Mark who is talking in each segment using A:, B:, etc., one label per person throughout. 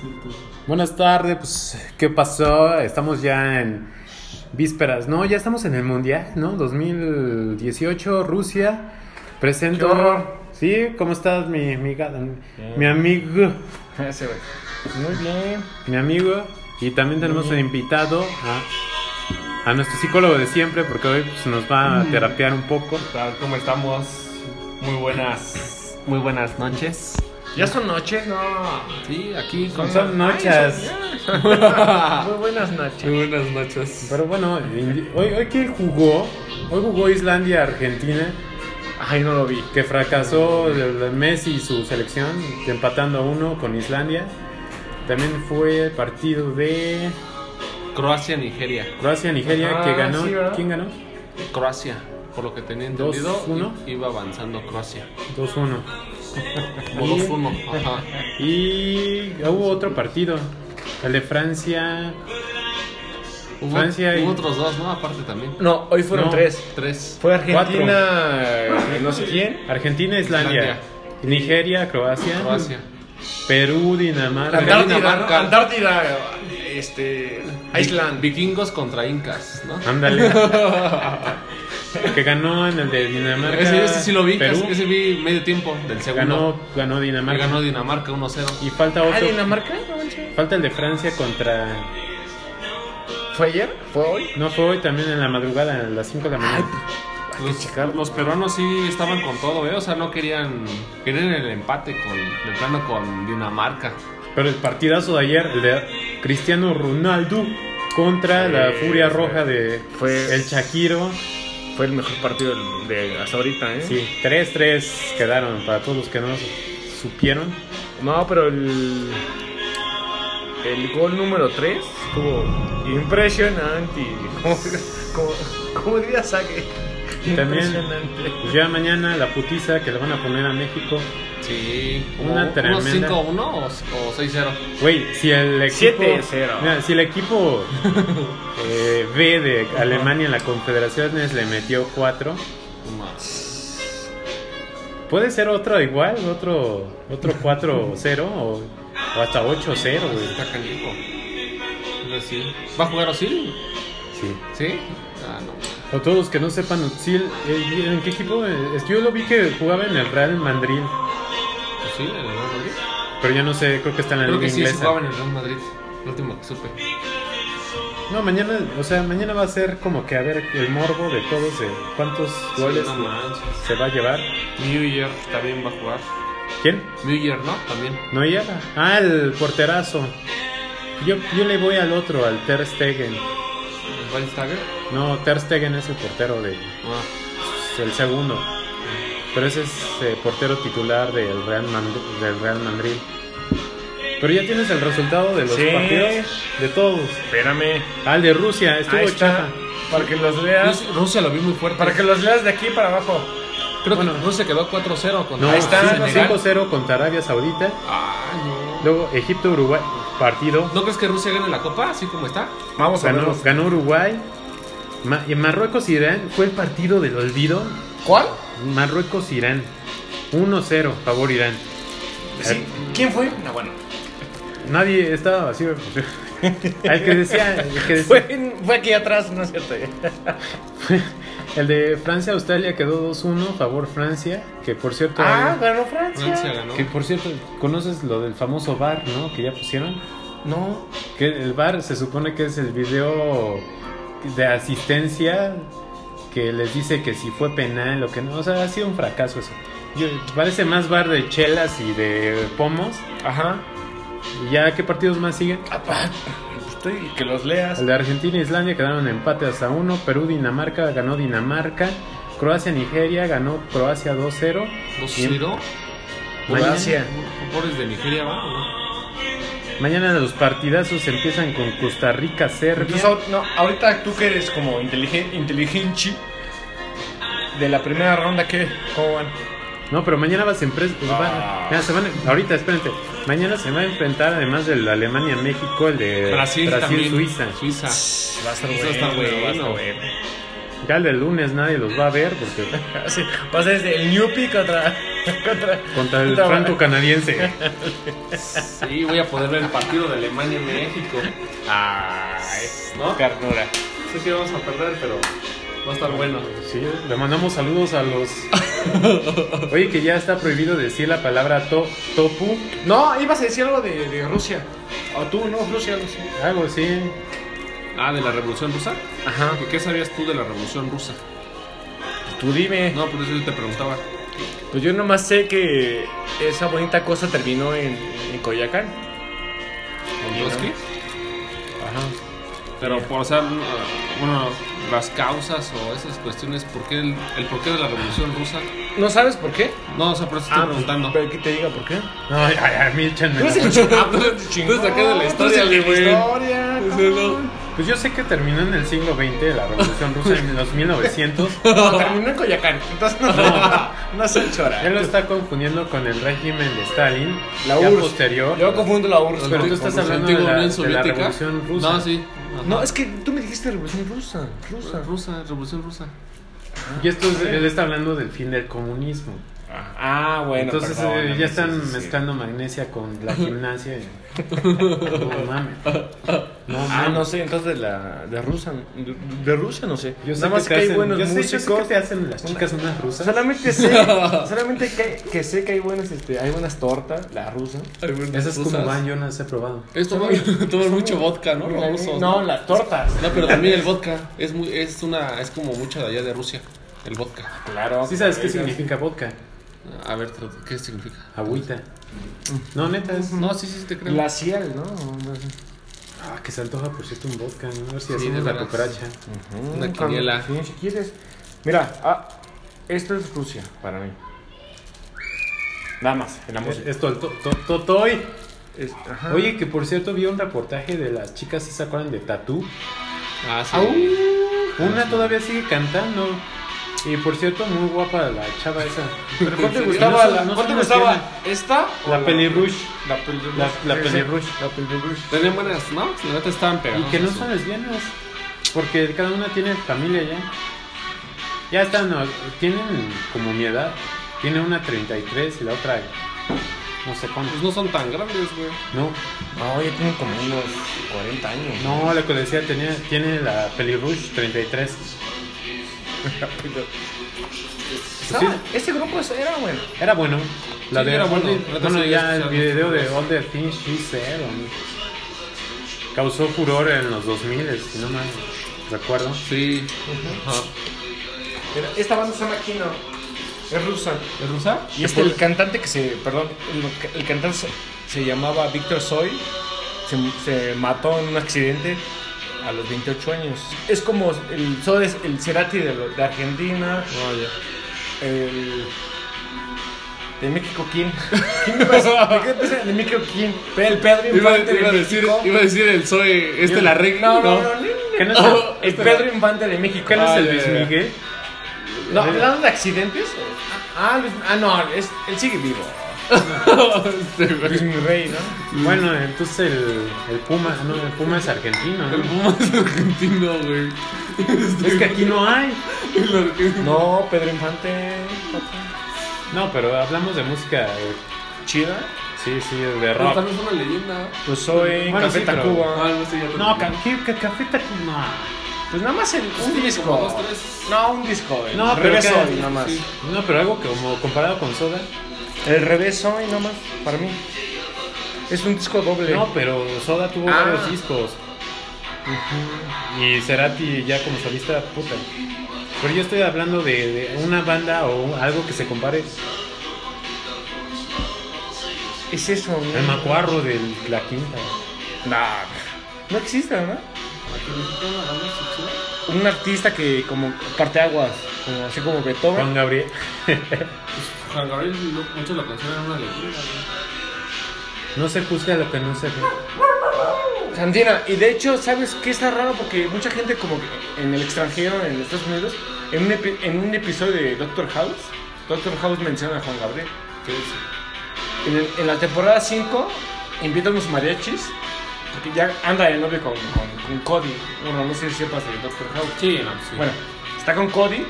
A: cierto.
B: Buenas tardes, pues, ¿qué pasó? Estamos ya en vísperas, ¿no? Ya estamos en el Mundial, ¿no? 2018, Rusia. Presento.
A: ¡Qué horror!
B: Sí, ¿cómo estás, mi, mi, ga- mi
A: Bien.
B: amigo?
A: Ese güey. Muy bien.
B: Mi amigo. Y también tenemos
A: Bien.
B: invitado a, a nuestro psicólogo de siempre, porque hoy pues, nos va
A: Mm.
B: a terapiar un poco.
A: ¿Qué tal? ¿Cómo estamos? Muy buenas. Muy buenas noches. ¿Ya son noches? No.
C: Sí, aquí con...
B: Son, noches.
A: Muy buenas noches.
C: Muy buenas noches.
B: Pero bueno, Indi- hoy, hoy que jugó, hoy jugó Islandia-Argentina.
A: Ay, no lo vi.
B: que fracasó el- el Messi y su selección, empatando a uno con Islandia. También fue el partido de
C: Croacia, Nigeria.
B: Croacia-Nigeria,
A: Ah,
B: que ganó.
A: sí, ¿verdad?
B: ¿Quién ganó?
C: Croacia, por lo que tenía
B: Dos,
C: entendido,
B: uno.
C: i- iba avanzando Croacia.
B: 2-1.
C: O 2-1. Ajá.
B: Y hubo otro partido, el de Francia.
C: Hubo,
B: Francia y-
C: hubo otros dos, ¿no? Aparte también.
A: No, hoy fueron
B: No.
A: tres.
C: Tres.
A: Fue Argentina, eh, no sé quién.
B: Argentina-Islandia. Nigeria, Croacia,
C: Croacia.
B: Perú, Dinamarca.
C: Andar-
A: Antártida, ¿no?
C: Dinamarca.
A: Antártida, eh, este. Island.
C: Vikingos contra incas, ¿no?
B: Ándale. que ganó en el de Dinamarca.
C: Ese, ese sí lo vi,
B: Perú.
C: ese, ese vi medio tiempo del segundo.
B: Ganó, ganó
C: Y
B: Dinamarca.
C: ganó Dinamarca 1-0.
B: Y falta otro.
A: ¿Ah, Dinamarca? No manches.
B: Falta el de Francia contra.
A: ¿Fue ayer? ¿Fue hoy?
B: No fue hoy también en la madrugada, a las 5 de la mañana.
C: Los, los peruanos sí estaban con todo, ¿eh? O sea, no querían. Querían el empate con, de plano con Dinamarca.
B: Pero el partidazo de ayer, el de Cristiano Ronaldo contra
A: Sí,
B: la Furia
A: sí.
B: Roja de
A: Fue-
B: el Shakiro.
A: Fue el mejor partido del- de hasta ahorita, ¿eh?
B: Sí, 3-3 quedaron para todos los que no supieron.
A: No, pero el. El gol número 3 estuvo impresionante. Como, como, como diría Sague.
B: También-
A: Impresionante.
B: Pues ya mañana la putiza que le van a poner a México.
C: Sí,
B: Una tremenda.
C: 5-1 o, o 6-0?
B: Güey, si el equipo.
A: 7-0.
B: Mira, si el equipo eh, B de Alemania en la Confederaciones le metió 4. Puede ser otro igual, otro otro 4-0 o, o hasta 8-0, güey.
C: Pues Está canijo. Pero sí. ¿Va a jugar Osil?
B: Sí.
C: ¿Sí? Ah, no.
B: Para todos los que no sepan, Utzil, eh, ¿en qué equipo? eh, es que yo lo vi que jugaba en el Real Madrid,
C: ¿Osil Pues en el Real Madrid?
B: pero ya no sé, creo que está en la
C: Creo
B: liga
C: que sí, sí
B: inglesa.
C: jugaba en el Real Madrid. Lo último que supe.
B: no, mañana, o sea, mañana va a ser como que a ver el morbo de todos, de cuántos goles
C: Sí, no manches.
B: se va a llevar.
C: Müller también va a jugar.
B: ¿Quién?
C: Müller, ¿no? También.
B: No ya. Ah, el porterazo. Yo, yo le voy al otro, al Ter Stegen.
C: Schweinsteiger.
B: No, Ter Stegen es el portero de
C: Pues Ah,
B: el segundo. Pero ese es eh, portero titular del Real, Mand- del Real Madrid. Pero ya tienes el resultado de los
A: Sí.
B: partidos de todos.
A: Espérame.
B: Ah, el de Rusia, estuvo
A: Ahí está.
B: chafa.
A: Para que los leas.
C: Rusia, Rusia lo vi muy fuerte.
A: Para que los leas de aquí para abajo.
C: Creo
B: Bueno.
C: que Rusia quedó 4-0 contra
B: No,
A: Ahí está,
B: sí,
A: no,
C: Senegal.
B: 5-0 contra Arabia Saudita.
C: Ah, no.
B: Luego Egipto, Uruguay, partido.
C: ¿No crees que Rusia gane la copa así como está?
A: Vamos a
B: Ganó,
A: verlos.
B: ganó Uruguay. Ma- y Marruecos-Irán fue el partido del olvido.
A: ¿Cuál?
B: Marruecos-Irán. 1-0, favor Irán.
A: Sí. Eh, ¿Quién fue? No, bueno.
B: Nadie estaba así. El que decía. El que decía
A: Fue, fue aquí atrás, no es cierto.
B: El de Francia-Australia quedó 2-1, favor Francia, que por cierto...
A: Ah,
B: eh,
A: ganó Francia.
C: Francia ganó.
B: que por cierto, conoces lo del famoso VAR, ¿no? Que ya pusieron.
A: No.
B: Que el VAR se supone que es el video de asistencia que les dice que si fue penal o que no. O sea, ha sido un fracaso eso. Yo- parece más VAR de chelas y de pomos.
A: Ajá.
B: ¿Y ya qué partidos más siguen?
A: Estoy que los leas.
B: El de Argentina e Islandia quedaron empates a 1. Perú-Dinamarca ganó Dinamarca. Croacia-Nigeria ganó Croacia 2-0. Y-
C: 2-0.
B: Mañana,
A: Croacia.
C: Pobres de Nigeria, ¿va? ¿O no?
B: mañana los partidazos empiezan con Costa Rica, Serbia.
A: Entonces, ahor- no, ahorita tú que eres como inteligente, inteligente de la primera ronda, ¿qué? ¿Cómo van?
B: No, pero mañana vas a empres- pues van-
A: Ah.
B: ya, se van a- ahorita, espérense. Mañana se va a enfrentar, además del Alemania-México, el de
C: Eh, Brasil, también.
B: Brasil-Suiza.
C: Suiza.
A: Va a estar
C: Eso
A: bueno,
C: está
A: va a estar
C: bueno.
A: bueno. Ah,
B: Ya el del lunes nadie los va a ver porque
A: Así, va a ser desde el este, New Pick otra.
B: Contra el
A: Contra-
B: franco canadiense.
C: Sí, voy a poder ver el partido de Alemania en México.
B: Ay,
C: ¿No?
B: carnura.
C: Sé que vamos a perder, pero va a estar bueno.
B: Sí, le mandamos saludos a los. Oye, que ya está prohibido decir la palabra to- topu.
A: No, ibas a decir algo de, de Rusia. O tú, no, Rusia, algo así.
B: Algo así.
C: Ah, de la Revolución Rusa. Ah,
A: Ajá.
C: ¿Qué sabías tú de la Revolución Rusa?
A: Tú dime.
C: No, por eso yo te preguntaba.
A: Pues yo nomás sé que esa bonita cosa terminó en, en Coyoacán.
C: ¿Con Trotsky?
A: Ajá.
C: Pero, por, o sea, no, bueno, las causas o esas cuestiones, ¿por qué el, el porqué de la Revolución Rusa?
A: ¿No sabes por qué?
C: No, o sea, por eso estoy Ah, preguntando.
A: Pero que te diga por qué.
B: Ay, ay, ay, a mí échenme
A: Tú
B: la
A: eres el
B: culpa.
A: chingón.
C: tú eres el
A: Pues
C: chingón. Tú eres el de la historia, güey.
A: historia,
C: Ese
A: cabrón.
B: Pues yo sé que terminó en el siglo XX la Revolución Rusa en los 1900.
A: Pues No, terminó en Coyoacán. Entonces no, no se chora.
B: Él lo está confundiendo con el régimen de Stalin.
A: La
B: ya
A: URSS.
B: posterior.
A: Yo confundo la URSS.
B: Pero
A: con-
B: tú estás
A: con-
B: hablando de
C: Antigua
B: la,
C: Unión
B: de la
C: Soviética.
B: Revolución Rusa.
C: No, sí.
A: No, es que tú me dijiste revolución rusa. Rusa.
C: Rusa, Revolución Rusa.
B: Y esto es- él está hablando del fin del comunismo.
A: Ah, bueno.
B: Entonces eh,
A: perdóname,
B: ya
A: sí,
B: están
A: sí, sí.
B: mezclando magnesia con la gimnasia. y- No mames. No
A: Ah, no sé, entonces de la de rusa, de, de Rusia no sé.
B: Yo sé
A: Nada
B: que,
A: más que,
B: te
A: hay
B: hacen-
A: buenos
B: yo sé- yo sé
A: músicos.
B: que te hacen las chicas unas rusas.
A: Solamente sé, solamente que, que sé que hay buenas, este, hay buenas tortas, la rusa.
B: Esas es como van, yo no las he probado.
C: Esto va a tomar mucho vodka, ¿no? Los rusos,
A: Ah, no,
C: No,
A: las tortas.
C: No, pero también el vodka. Es muy, es una, es como mucha de allá de Rusia. El vodka.
A: Claro.
B: ¿Sí sabes
A: que
B: qué
A: sí.
B: significa vodka?
C: A ver, tra- ¿qué significa?
B: Agüita. No, neta, es...
C: No, sí, sí, sí, te creo.
A: Glacial, ¿no?
B: Ah, que se antoja, por cierto, un vodka. ¿no? A ver si
C: Sí, de
B: hacemos la
C: veras.
B: cucaracha.
C: Una quiniela.
A: Sí, si quieres. Mira, ah, esto es Rusia para mí. Nada más, en la música.
B: Esto, el to- to- totoy.
A: Es- ajá.
B: Oye, que por cierto, vi un reportaje de las chicas, ¿sí ¿se acuerdan de Tatú?
C: Ah, sí.
A: Au.
B: Una todavía sigue cantando. Y por cierto, muy guapa la chava esa.
A: ¿Pero cuál te
B: No
A: gustaba?
B: sé-
A: la-
B: no sé
A: ¿Cuál te
B: la
A: gustaba? Oh. ¿Esta? o
B: La pelirrush.
A: La pelirrush.
B: La, la
A: Sí, sí.
B: pelirrush.
A: La pelirrush.
C: Tenían buenas, ¿no? La neta estaban
B: Y
C: pegadas.
B: que no son lesbianas. Porque cada una tiene familia ya. Ya están, no, tienen como mi edad. Tiene una 33 y la otra no sé cuántos.
C: Pues no son tan grandes, güey.
B: No,
A: No, ya tiene como unos 40 años.
B: no, lo que decía, tenía, tiene la pelirrush 33.
A: Estaba- Ese grupo era bueno.
B: Era bueno. La
C: Sí,
B: de
C: era bueno.
B: Older-
C: Entonces,
B: bueno, ya
C: ya
B: el
C: escucharon
B: video de
C: los-
B: All the Things She Said. ¿no? Causó furor en los 2000, si no mal recuerdo.
C: Sí. Ajá.
A: Esta banda se llama Kino. Es rusa.
C: ¿Es rusa?
A: Y este, el cantante que se. Perdón. El, el cantante se, se llamaba Víctor Soy. Se, se mató en un accidente a los 28 años. Es como el Soy es el Cerati de, lo- de Argentina.
C: No, Oh, ya.
A: El. De México, ¿quién? ¿Quién me pasa? ¿De qué pasa? De México, ¿quién? El Pedro
C: Iba,
A: Infante
C: iba a
A: de
C: decir,
A: México.
C: iba a decir el Zoe, este
B: Yo-
C: la regla.
A: No, no, no. no.
B: ¿Qué no es el,
A: El Pedro Infante de México.
B: qué no es
C: Ah,
B: el
C: ya,
B: Luis
C: ya, ya.
B: Miguel?
A: No, hablando de accidentes. Ah, Luis- ah, no, es, él sigue vivo.
C: Este, güey.
A: Luis mi rey, ¿no?
B: Bueno, entonces el, el Puma, no, el Puma es argentino.
C: El
B: ¿no?
C: Puma es argentino, güey. Este,
B: Es que aquí no hay.
C: El argentino.
A: No, Pedro Infante.
B: No, pero hablamos de música, eh,
A: Chida.
B: sí, sí, de
C: Pero
B: rock.
C: también es una leyenda.
A: Pues soy
B: Bueno,
A: Café
B: sí, pero-
A: Tacuba.
C: Ah, no sé, ya te
B: No,
C: lo-
B: ca- ¿qué- qué- café Tacuba,
A: Pues nada más el, un
C: Sí,
A: disco.
C: como dos, tres.
A: No, un disco. El
B: No, pero
A: revés
B: que-
A: hoy, nada más.
C: sí.
B: No. no, pero algo como comparado con Soda.
A: El revés hoy, nada más, para mí. Es un disco doble.
B: No, pero Soda tuvo
A: Ah.
B: varios discos. Y Cerati ya como solista, puta. Pero yo estoy hablando de, de una banda o algo que se compare.
A: es eso, ¿no?
B: El macuarro de la quinta.
A: Nah, No existe, ¿no? Un artista que como parteaguas, como así como
B: Juan
A: Beethoven.
B: Gabriel.
C: Juan Gabriel, lo- muchos lo consideran una leyenda. güey.
B: No se juzga lo que no se ve.
A: Santina, y de hecho, ¿sabes qué está raro? Porque mucha gente como que en el extranjero, en Estados Unidos, en un, epi- en un episodio de Doctor House, Doctor House menciona a Juan Gabriel.
C: ¿Qué dice?
A: En, el- en la temporada 5 invita a unos mariachis, porque ya anda de novio con, con- con Cody. Bueno, no sé si sepas de Doctor House.
C: Sí, no, sí.
A: Bueno, está con Cody.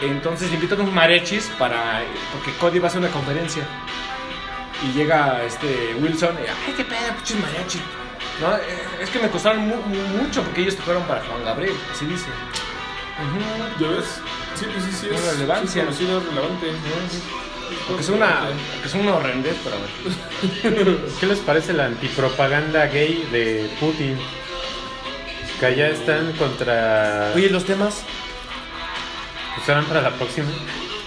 A: Entonces le invitan unos mariachis para. Porque Cody va a hacer una conferencia. Y llega este Wilson y. ¡Ay, qué pedo, pinches mariachis! No, eh, es que me costaron mu- mu- mucho porque ellos tocaron para Juan Gabriel, así dice. Ujú.
D: ¿Ya ves? Sí, pues sí, sí.
A: Una
D: Es,
A: relevancia.
D: sí es conocido, es relevante.
A: Que son una, que son una horrendez, pero bueno.
B: ¿Qué les parece la antipropaganda gay de Putin? Que allá están contra.
A: Oye, los temas.
B: Pues serán para la próxima.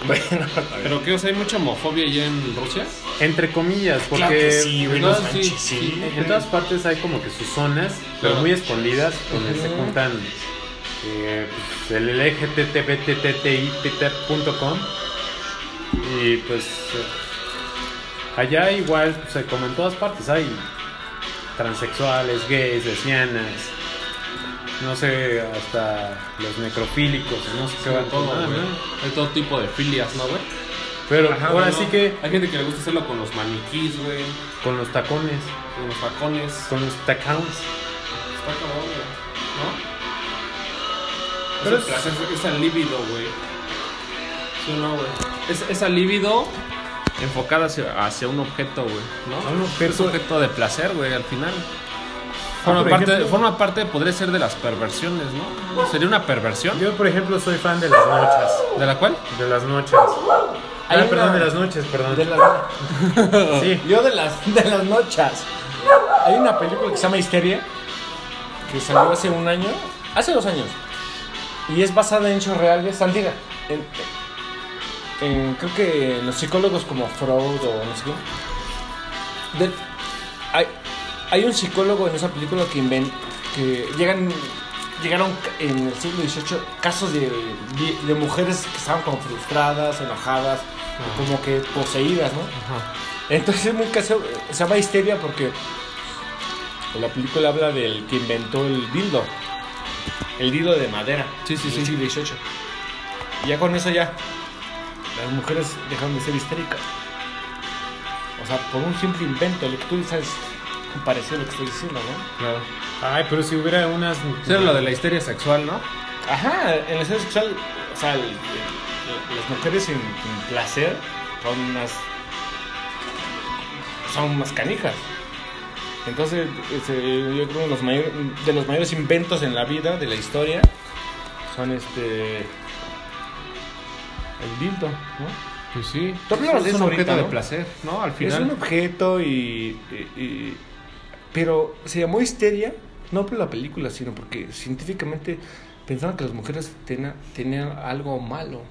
A: Bueno, a ver.
C: Pero que, o sea, hay mucha homofobia allá en Rusia.
B: Entre comillas, porque.
A: Claro que sí, güey, no
B: todas-
A: manches,
C: sí,
A: sí.
C: sí.
B: En todas partes hay como que sus zonas, pero
C: Claro.
B: muy escondidas, donde se
A: Ujú.
B: juntan eh, pues, el LGTBTTIPT.com y pues eh, allá igual, pues, eh, como en todas partes, hay transexuales, gays, lesbianas, no sé, hasta los necrofílicos, no sé qué van
C: todo,
B: con-
C: güey.
B: ah,
C: Hay todo tipo de filias, ¿no, güey?
B: Pero
C: Ajá,
B: ahora
C: ¿no?
B: sí que
C: Hay gente que le gusta hacerlo con los maniquís, güey.
B: con los tacones,
C: Con los tacones. Está
B: con los tacones.
C: cabrón, güey. ¿No?
B: Pero
C: Pero es,
B: es-
C: el placer, esa libido, güey. Sí o no, güey. Es, esa libido enfocada hacia, hacia un objeto, güey. ¿No?
B: A un
C: Es
B: objeto-
C: un objeto de placer, güey, al final.
B: Ah,
C: Forma
B: por
C: parte,
B: ejemplo-
C: forma parte, podría ser de las perversiones, ¿no? ¿Sería una perversión?
B: Yo, por ejemplo, soy fan de las nochas.
C: ¿De la cual?
B: De las noches. Ah,
A: Hay una-
B: perdón, de las noches, perdón. Sí.
A: Yo de las, de las noches. Hay una película que se llama Histeria, que salió hace un año, hace dos años, y es basada en hechos reales, antigua. En, en- creo que en los psicólogos como Freud o no sé qué. De- hay, hay un psicólogo en esa película que inven- que llegan, llegaron ca- en el siglo XVIII casos de, de- de mujeres que estaban como frustradas, enojadas, como que poseídas, ¿no? Entonces es muy caso, se llama histeria porque la película habla del que inventó el dildo, el dildo de madera.
C: Sí, sí,
A: en
C: sí.
A: El siglo XVIII. Y ya con eso ya, las mujeres dejaron de ser histéricas. O sea, por un simple invento, lo que tú dices es parecido a lo que estoy diciendo, ¿no?
C: Claro.
B: Ay, pero si hubiera unas.
C: Eso era lo de la histeria sexual, ¿no?
A: Ajá, en el sexo sexual, o sea, el- el- las mujeres sin, sin placer son unas. son más canijas. Entonces, ese, yo creo que los mayor- de los mayores inventos en la vida, de la historia, son este. el dildo, ¿no?
C: Pues sí.
A: Tú hablabas de
C: es un
A: eso
C: objeto
A: ahorita,
C: de
A: ¿no?
C: placer, ¿no? Al
A: Es un
C: final.
A: objeto y, y- y- Pero se llamó histeria, no por la película, sino porque científicamente pensaban que las mujeres tena- tenían algo malo.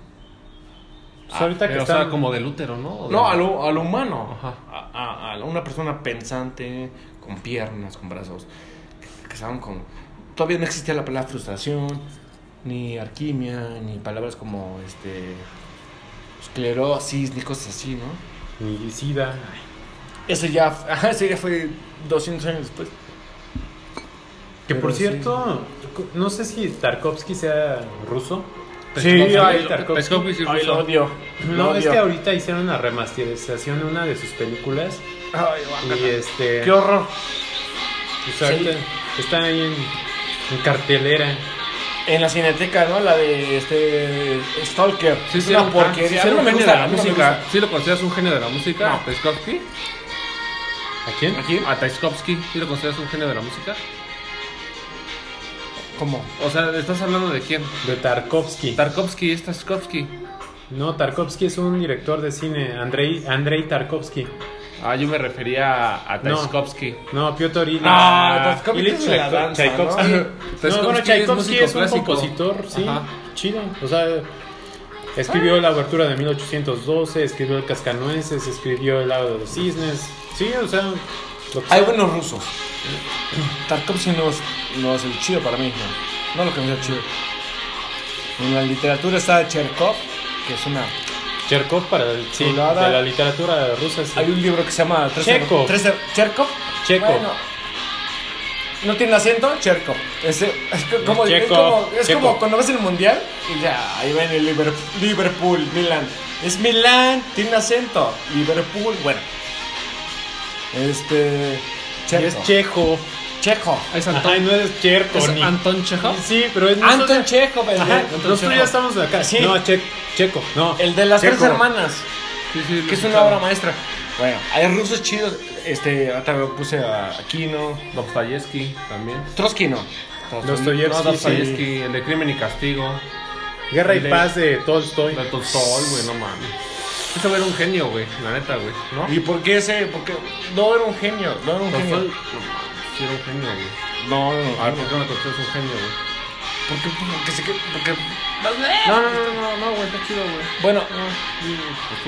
B: Pues ahorita que
C: Ah, Pero, o sea,
B: están.
C: como del útero, ¿no? O
A: No,
C: de-
A: a lo, a lo humano.
C: Ajá.
A: A, a- a una persona pensante, con piernas, con brazos. Que, que estaban con. Todavía no existía la palabra frustración, ni arquimia, ni palabras como este. esclerosis, ni cosas así, ¿no?
B: Ni sida.
A: Eso ya, ajá, eso ya fue 200 años después.
B: Que por
A: Pero sí.
B: cierto, no sé si Tarkovsky sea ruso.
A: Sí,
B: ay,
C: Peskovsky sí es
A: Ay, lo
C: ruso.
A: odio.
B: No, es que ahorita hicieron una remasterización de una de sus películas.
A: Ay,
B: Y este.
A: Qué horror.
B: pues ahorita
A: Sí.
B: Está ahí en, en cartelera.
A: En la cineteca, ¿no? La de este. Stalker.
C: Sí, sí,
A: una
C: ajá. Sí,
A: porquería.
C: sí, era
A: no
C: un
A: me
C: genio
A: gusta
C: de la
A: no me
C: música.
A: gusta.
C: ¿Sí lo consideras un genio de la música?
A: No.
C: ¿Peskovsky?
B: ¿A quién?
A: ¿Aquí? ah,
C: ¿A Taiskovsky? ¿Sí lo consideras un genio de la música?
A: ¿Cómo?
C: O sea, ¿estás hablando de quién?
B: De Tarkovsky.
C: Tarkovsky es Taiskovsky.
B: no, Tarkovsky es un director de cine. Andrei, Andrei Tarkovsky.
C: Ah, yo me refería a, a
B: No.
C: Taiskovsky.
B: No, Piotr Ilyich.
A: Ah, Tarkovsky
B: Ilyich
A: es de la danza,
B: Tchaikovsky.
A: ¿no?
B: No,
C: Tarkovsky
B: bueno,
C: es
B: Tchaikovsky
C: músico
B: es, un
C: clásico.
B: compositor, sí,
C: Ajá.
B: chido. O sea, escribió la abertura de 1812, escribió el Cascanueces, escribió el lado de los cisnes. Sí, o sea, lo que
A: Hay
B: sea.
A: buenos rusos. Tarkovsky no es, no es el chido para mí, no. No lo considero chido. En la literatura está Cherkov, que es una.
B: Cherkov para el, sí, de
A: Chulada.
B: la literatura rusa. sí.
A: Hay un libro que se llama. Tres de-
B: Chekhov.
A: Tres de- ¿Cherkov?
B: Checo.
A: Bueno, no tiene acento, Cherco. Es, es co- como, es
B: Checo,
A: como, es
B: Checo.
A: como cuando ves el mundial y ya, ahí ven el Liber- Liverpool, Milan. Es Milan, tiene acento. Liverpool, bueno. Este.
B: Y
A: Checo.
B: es checo.
A: Checo.
C: Es
B: Ay,
C: Anton,
B: no es cierto,
C: ¿es
B: ni-
C: Anton Chekhov.
B: Sí, pero es
A: Anton
B: nosotros-
A: Checo, el,
B: Ajá,
A: de-
B: nosotros ya estamos acá.
A: Sí.
B: No, che- Checo. No.
A: el de las
B: Checo.
A: tres hermanas,
C: Sí, sí, lo
A: que es una
C: escuchaba.
A: obra maestra. Bueno, hay rusos chidos. Este, hasta lo puse a Aquino.
C: Dostoyevsky también.
A: Trotsky no.
B: Dostoyevsky,
C: No, Dostoyevsky,
B: sí.
C: el de Crimen y Castigo.
B: Guerra y
C: el de-
B: paz de Tolstoy.
C: De Tolstoy, güey, no mames. Ese güey era un genio, güey, la neta, güey, ¿no?
A: ¿Y por qué ese? Porque no era un genio, no era un
C: Tolstoy, no
A: genio.
C: mames, sí era un genio, güey.
A: No, no,
C: A ver,
A: no.
C: ¿por qué no Tolstoy es un genio, güey?
A: ¿Por qué? Porque se que- porque-
C: No, no, no, no, no, güey, está chido, güey.
A: Bueno,
C: Está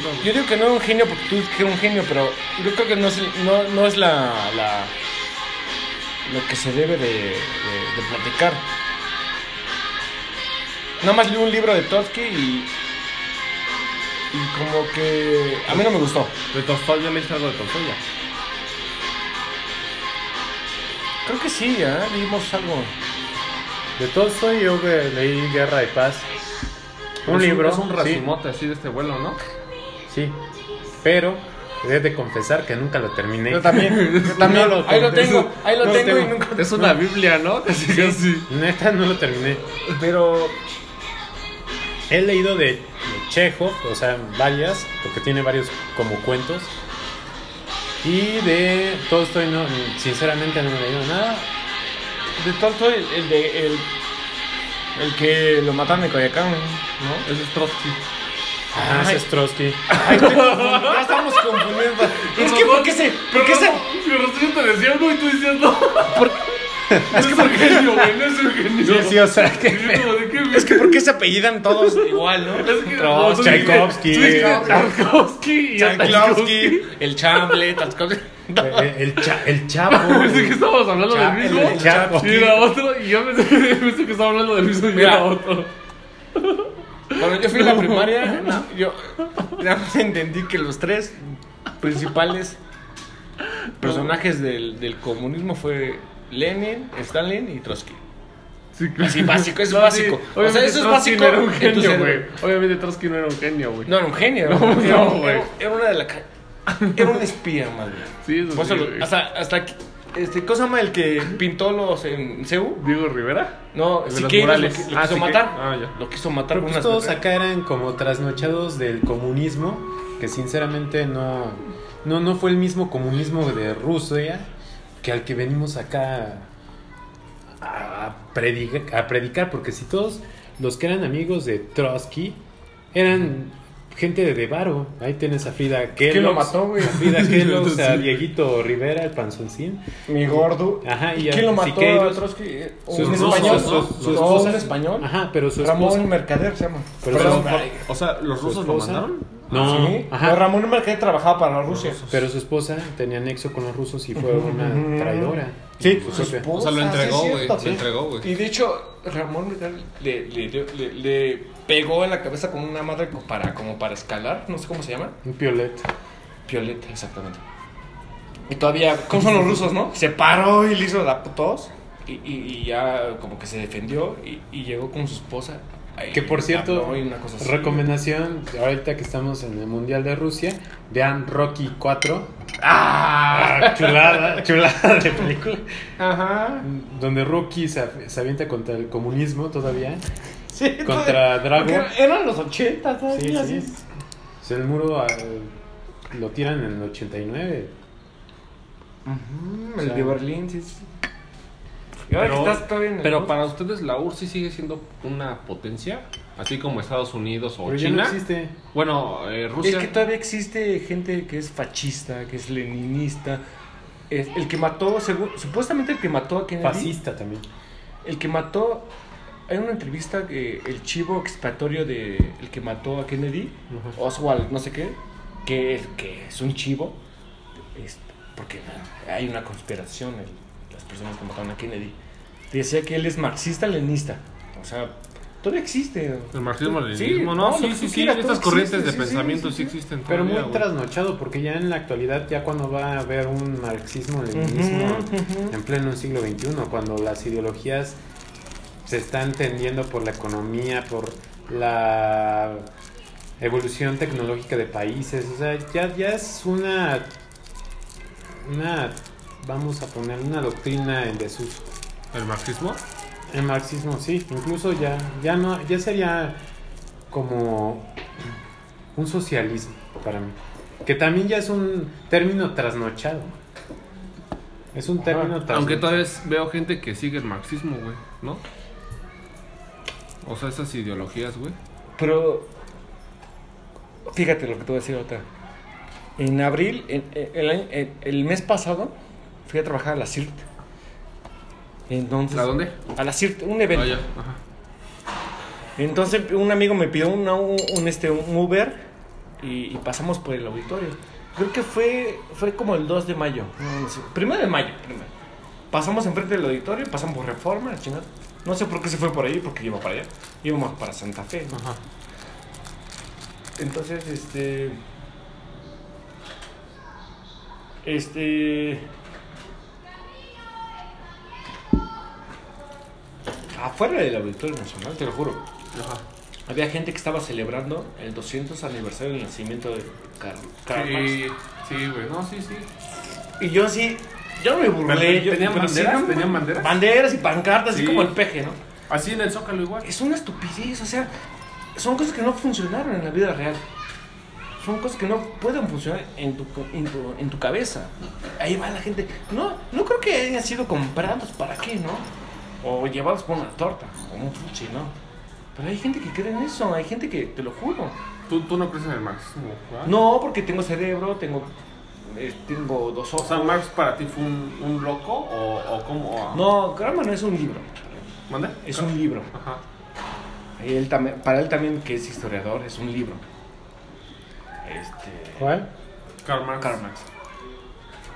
C: chido, güey.
A: yo digo que no era un genio porque tú que era un genio, pero yo creo que no es, el- no, no es la, la- lo que se debe de, de, de platicar. Nada más leí un libro de Trotsky y, y como que a mí no me gustó.
C: De Tolstoy ya leíste algo de Tolstoy ya.
A: Creo que sí, ¿eh? leímos algo.
B: De Tolstoy yo eh, leí Guerra y Paz. Un
C: Es
B: libro.
C: Es un
B: sí,
C: racimote así de este vuelo, ¿no?
B: Sí. Pero he de confesar que nunca lo terminé.
A: Yo también, yo también.
B: No lo
A: ahí lo
B: tengo.
A: tengo, ahí lo
B: No lo
A: tengo y
B: tengo.
A: nunca.
C: Es una Biblia, ¿no? Casi, casi.
B: Neta, no lo terminé.
A: Pero
B: He leído de, de Chekhov, o sea, varias, porque tiene varios como cuentos. Y de Tolstoy, no, sinceramente no me he leído nada.
A: De tanto el, el de el, el que lo mataron en Coyacán, ¿no?
C: Ese es Trotsky.
B: Ah, ese es Trotsky.
A: ya estamos confundiendo. Es que por qué se, por qué se,
C: Pero Rocío te decía algo y tú decías no. Es que es un genio, güey, no es un genio.
B: Sí, sí, o sea, que-
C: Y yo como de qué
A: es que por qué se apellidan todos igual, ¿no?
C: Es
B: Trotsky,
C: que no, tú dijiste-
B: Tchaikovsky.
C: tú dijiste Tchaikovsky y
A: Tchaikovsky, el Chamble, Tchaikovsky.
B: Eh, El, cha- el Chapo.
C: Pensé que estábamos hablando del
B: Cha-
C: mismo.
B: el Chapo.
C: Y era otro, y yo pensé, pensé que estaba hablando del mismo y
A: Mira.
C: era otro.
A: Cuando yo fui a la primaria, yo ya entendí que los tres principales personajes del, del comunismo fue Lenin, Stalin y Trotsky.
C: Sí,
A: Así básico, es
C: No,
A: básico. O
C: sí,
A: sea,
C: obviamente
A: eso es
C: Trotsky
A: básico
C: No era un
A: en tu
C: genio, güey.
A: cerebro.
C: Obviamente Trotsky no era un genio, güey.
A: No era un genio. era
C: No,
A: un- era,
C: no,
A: un-
C: güey.
A: era- era una de la ca- Era un espía, madre.
C: Sí, eso
A: Por eso
C: sí,
A: lo-
C: güey.
A: hasta, hasta aquí- este, ¿cómo se llama el que pintó los en Ceú?
C: Diego Rivera.
A: No,
C: El de los
A: Siqueiros lo,
C: murales.
A: qui- lo
C: Ah,
A: quiso
C: Sique-
A: matar.
C: ah, ya.
A: Lo quiso matar
B: Pero
A: con
B: pues
A: unas
B: todos
A: berretas.
B: acá eran como trasnochados del comunismo, que sinceramente no, no, no fue el mismo comunismo de Rusia que al que venimos acá a, a predica- a predicar, porque si todos los que eran amigos de Trotsky eran gente de Devaro, ahí tienes a Frida Kellogg.
A: lo mató, güey?
B: A Frida Kellogg, a
C: Sí.
B: Dieguito Rivera, el panzoncín.
A: Mi gordo.
B: Ajá, y a
A: ¿Quién lo mató
B: Siqueiros.
A: a Trotsky? ¿Un
C: Sus rusos,
A: español?
C: sus- sus
A: No,
B: esposas.
A: un español?
B: Ajá, pero su
A: Ramón
B: esposa-
A: Mercader se llama.
B: Pero
A: Perdón,
B: su-
A: ay,
C: O sea, ¿los
B: ¿Su
C: rusos lo
B: esposa?
C: mandaron?
B: ¿Ah, No,
A: ¿sí?
B: ajá.
A: Pero Ramón Mercader trabajaba para Rusia.
B: Pero su esposa tenía nexo con los rusos y fue una
A: Ujú.
B: traidora.
A: Sí,
B: Su
A: su
B: propia.
A: esposa.
C: O sea, lo entregó,
A: sí es
C: güey,
A: cierto,
C: lo
A: sí.
C: entregó, güey.
A: Y de hecho, Ramón Vidal le, le, dio- le- le pegó en la cabeza con una madre como para, como para escalar, no sé cómo se llama.
B: Un piolet.
A: Violeta, exactamente. Y todavía, ¿cómo son los rusos, no? Se paró y le hizo la tos. Y, y- y ya como que se defendió y, y llegó con su esposa. Ahí
B: Que por cierto,
A: Eh, habló y una cosa así.
B: recomendación, ahorita que estamos en el Mundial de Rusia, vean Rocky 4. ¡Ah! Chulada, chulada de película.
A: Ajá.
B: Donde Rocky se, af- se avienta contra el comunismo todavía.
A: Sí,
B: Contra Drago.
A: porque Eran los 80, ¿sabes?
B: Sí,
A: Así
B: sí.
A: es.
B: O sea, el muro ah, lo tiran en el 89.
A: El
B: O
A: de
B: sea,
A: Berlín, sí, sí. Y ahora que estás todavía en el
C: pero
A: mundo.
C: para ustedes la URSS sí sigue siendo una potencia, así como Estados Unidos o
B: Pero ya no
C: China.
B: existe.
C: bueno, eh,
A: Es
C: Rusia.
A: que todavía existe gente que es fascista, que es leninista. Es- el que mató, según- supuestamente el que mató a Kennedy.
B: Fascista también.
A: El que mató. Hay una entrevista que el chivo expiatorio de el que mató a Kennedy,
B: Ajá.
A: Oswald, no sé qué, que, que es un chivo. es- porque hay una conspiración, el- las personas que mataron a Kennedy. Decía que él es marxista-lenista. O sea, todavía existe.
C: El marxismo, el
A: Sí,
C: leninismo,
A: no,
C: ¿no?
A: lo
C: Sí,
A: que
C: sí,
A: tú
C: sí.
A: quieras,
C: Estas
A: todo
C: corrientes
A: existe,
C: de
A: sí, sí,
C: pensamiento
A: sí,
C: sí,
A: sí.
C: existen
B: Pero muy
C: todavía, güey.
B: trasnochado, porque ya en la actualidad, ya cuando va a haber un marxismo-leninismo
A: Ujú, ujú.
B: en pleno siglo XXI, cuando las ideologías se están tendiendo por la economía, por la evolución tecnológica de países, o sea, ya, ya es una, una vamos a poner una doctrina en desuso.
C: ¿El marxismo?
B: El marxismo, sí, incluso ya, ya no, ya sería como un socialismo para mí. Que también ya es un término trasnochado. Es un término trasnochado.
C: Aunque todavía es- veo gente que sigue el marxismo, güey, ¿no? O sea, esas ideologías, güey.
A: Pero fíjate lo que te voy a decir ahorita. En abril, en- en- el, año- el- el mes pasado, fui a trabajar a la CIRT. Entonces,
C: ¿A dónde? Ah,
A: A la CIRT, un evento.
C: Vaya, ajá.
A: Entonces un amigo me pidió una- un, este, un Uber y, y pasamos por el auditorio. Creo que fue, fue como el 2 de mayo. No, no sé. Primero de mayo. primero. Pasamos enfrente del auditorio, pasamos por Reforma, la chingada. No sé por qué se fue por ahí, porque iba para allá. Íbamos para Santa Fe. ¿no?
B: Ajá.
A: Entonces, este. Este. Afuera del Auditorio Nacional, te lo juro. Había gente que estaba celebrando el 200 aniversario del nacimiento de Carl, Karl
C: Sí,
A: Marx.
C: sí, güey. No, sí, sí.
A: Y yo sí, yo me burlé. yo-
C: ¿Tenían
A: pero sí,
C: banderas?
A: ¿no?
C: ¿Tenían banderas?
A: Banderas y pancartas, así
C: Sí.
A: como el peje, ¿no?
C: Así en el Zócalo igual.
A: Es una estupidez, o sea, son cosas que no funcionaron en la vida real. Son cosas que no pueden funcionar en tu, co- en tu, en tu cabeza. Ahí va la gente. No, no creo que hayan sido comprados, ¿para qué, no? O llevados por una torta, o un fuchi, ¿no? Pero hay gente que cree en eso, hay gente que, te lo juro.
C: Tú, tú no crees en el marxismo, ¿verdad?
A: No, porque tengo cerebro, tengo, eh, tengo dos
C: O
A: ojos.
C: sea, Marx para ti fue un, un loco o, o cómo.
A: no, Kramer no es un libro,
C: ¿Mande?
A: es un libro.
C: Ajá.
A: Él también, para él también, que es historiador, es un libro. Este...
B: ¿Cuál?
C: Karl Marx.
A: Karl Marx.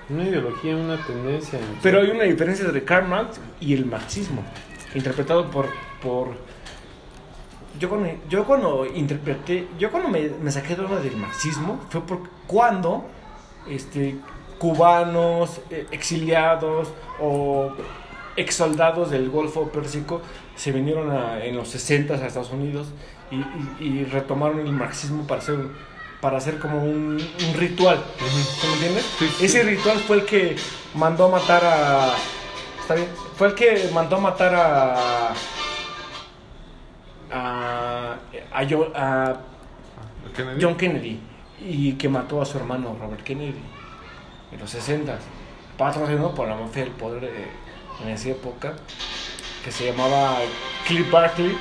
B: Una ideología, una tendencia.
A: Pero hay una diferencia entre Karl Marx y el marxismo, interpretado por... por yo cuando, yo cuando interpreté, yo cuando me, me saqué de onda del marxismo fue por cuando este, cubanos, eh, exiliados o ex soldados del Golfo Pérsico se vinieron a- en los 60 a Estados Unidos y, y- y retomaron el marxismo para hacer, un- para hacer como un, un ritual. ¿Sí me entiendes? Ese ritual fue el que mandó a matar a. ¿Está bien? Fue el que mandó a matar a. A. a, Jo- a
C: ¿El Kennedy?
A: John Kennedy. Y que mató a su hermano Robert Kennedy. En los 60. Patrocinado por la mafia del poder eh, en esa época. Que se llamaba Cliff Barkley.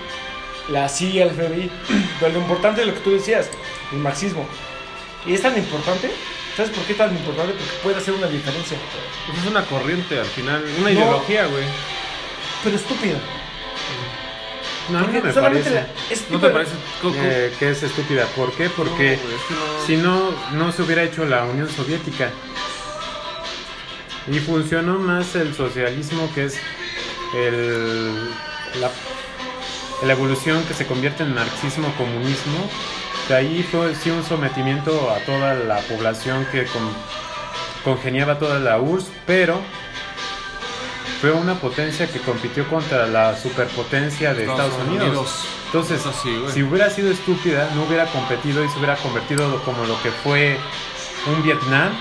A: La CIA, el FBI. Pero lo importante es lo que tú decías: el marxismo. Y es tan importante. ¿Sabes por qué es tan importante? Porque puede hacer una diferencia.
B: es una corriente al final, una
A: No.
B: ideología, güey.
A: Pero estúpida.
B: No, a mí no
A: Porque
B: me
A: solamente
B: parece.
A: la- ese tipo
C: ¿No te
A: de-
C: parece? ¿Cómo- cómo-
B: Eh, que es estúpida. ¿Por qué? Porque
C: No, güey, es que no-
B: si no, no se hubiera hecho la Unión Soviética. Y funcionó más el socialismo, que es el, la, la evolución que se convierte en marxismo-comunismo. De ahí fue sí un sometimiento a toda la población que con- congeniaba toda la URSS, pero fue una potencia que compitió contra la superpotencia de Estados, Unidos. Entonces,
C: Eso sí, güey.
B: si hubiera sido estúpida, no hubiera competido y se hubiera convertido como lo que fue un Vietnam,